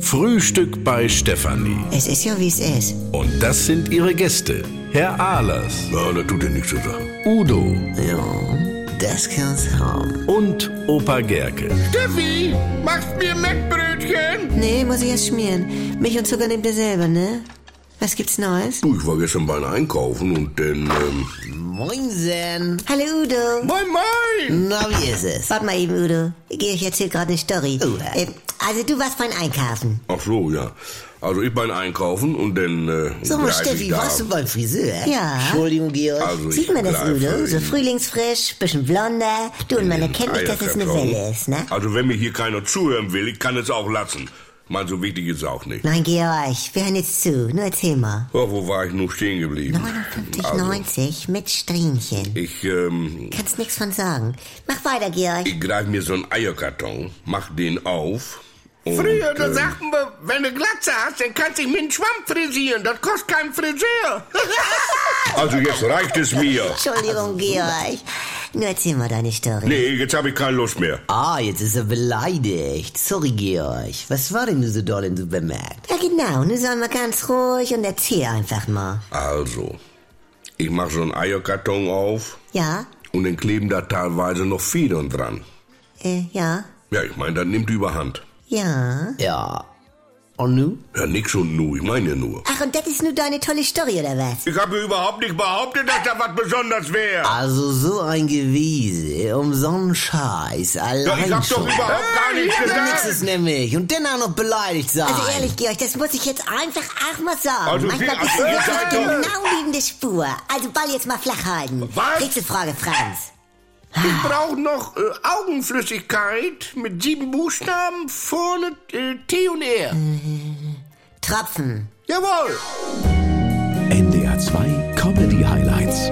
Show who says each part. Speaker 1: Frühstück bei Stefanie.
Speaker 2: Es ist ja, wie es ist.
Speaker 1: Und das sind ihre Gäste. Herr Ahlers,
Speaker 3: Ja, da tut dir nichts zu sagen.
Speaker 1: Udo
Speaker 2: Ja, das kann's haben.
Speaker 1: und Opa Gerke.
Speaker 4: Steffi, machst mir Mettbrötchen?
Speaker 2: Nee, muss ich erst schmieren. Milch und Zucker nehmt ihr selber, ne? Was gibt's Neues?
Speaker 3: Du, ich war gestern beim Einkaufen und dann, ähm,
Speaker 5: Moinsen.
Speaker 2: Hallo Udo.
Speaker 4: Moin, moin!
Speaker 5: Na, wie ist es?
Speaker 2: Warte mal eben, Udo. Geh, Ich erzähl gerade eine Story.
Speaker 5: Oh, ja.
Speaker 2: Ähm, also du warst beim Einkaufen.
Speaker 3: ach so, ja. Also ich beim Einkaufen und dann, äh,
Speaker 5: Sag mal,
Speaker 3: greif ich
Speaker 5: Steffi,
Speaker 3: da-
Speaker 5: warst du beim Friseur?
Speaker 2: Ja.
Speaker 5: Entschuldigung, Georg.
Speaker 3: Also ich
Speaker 2: Sieht man das,
Speaker 3: greife
Speaker 2: Udo? So
Speaker 3: in-
Speaker 2: frühlingsfrisch, bisschen blonder. Du, und man erkennt nicht, dass es eine
Speaker 3: Eierkarton.
Speaker 2: Welle ist, ne?
Speaker 3: Also wenn mir hier keiner zuhören will, ich kann es auch lassen. Mein, so wichtig ist es auch nicht.
Speaker 2: Nein, Georg, wir hören jetzt zu. Nur erzähl mal.
Speaker 3: Oh, wo war ich nun stehen geblieben? Also,
Speaker 2: 59,90 mit Strähnchen.
Speaker 3: Ich, ähm,
Speaker 2: Kannst nix von sagen. Mach weiter, Georg.
Speaker 3: ich greife mir so einen Eierkarton, mach den auf. Und,
Speaker 4: Früher, da
Speaker 3: ähm,
Speaker 4: sagten wir, wenn du Glatze hast, dann kannst du dich mit dem Schwamm frisieren. Das kostet kein Friseur.
Speaker 3: Also jetzt reicht es mir.
Speaker 2: Entschuldigung, Georg. Nur erzähl mal deine Story.
Speaker 3: Nee, jetzt habe ich keine Lust mehr.
Speaker 5: Ah, jetzt ist er beleidigt. Sorry, Georg. Was war denn nur so doll im Supermarkt?
Speaker 2: Ja, genau. Nun sollen wir ganz ruhig und erzähl einfach mal.
Speaker 3: Also, ich mache so einen Eierkarton auf
Speaker 2: Ja?
Speaker 3: und dann kleben da teilweise noch Federn dran.
Speaker 2: Äh, ja?
Speaker 3: Ja, ich meine, das nimmt überhand.
Speaker 2: Ja.
Speaker 5: Ja. Und nun?
Speaker 3: Ja, nix und nu, ich meine ja nur.
Speaker 2: Ach, und das ist nur deine tolle Story, oder was?
Speaker 3: Ich habe überhaupt nicht behauptet, dass da was Besonderes wäre.
Speaker 5: Also so ein Gewiese, um so einen Scheiß,
Speaker 3: Ja,
Speaker 5: allein
Speaker 3: ich hab doch
Speaker 5: schon.
Speaker 3: überhaupt gar nichts
Speaker 5: So also. nix
Speaker 3: gesagt.
Speaker 5: ist nämlich. Und dann auch noch beleidigt sein.
Speaker 2: Also ehrlich, Georg, das muss ich jetzt einfach auch mal sagen.
Speaker 3: Also,
Speaker 2: Manchmal
Speaker 3: Sie-
Speaker 2: bist du
Speaker 3: also,
Speaker 2: wirklich
Speaker 3: Sie-
Speaker 2: genau neben der Spur. Also Ball jetzt mal flach halten.
Speaker 3: Was?
Speaker 2: Nächste Frage, Franz.
Speaker 4: Ich brauche noch äh, Augenflüssigkeit mit sieben Buchstaben vorne äh, T und R.
Speaker 5: Hm.
Speaker 2: Tropfen.
Speaker 4: Jawohl!
Speaker 6: NDR 2 Comedy Highlights.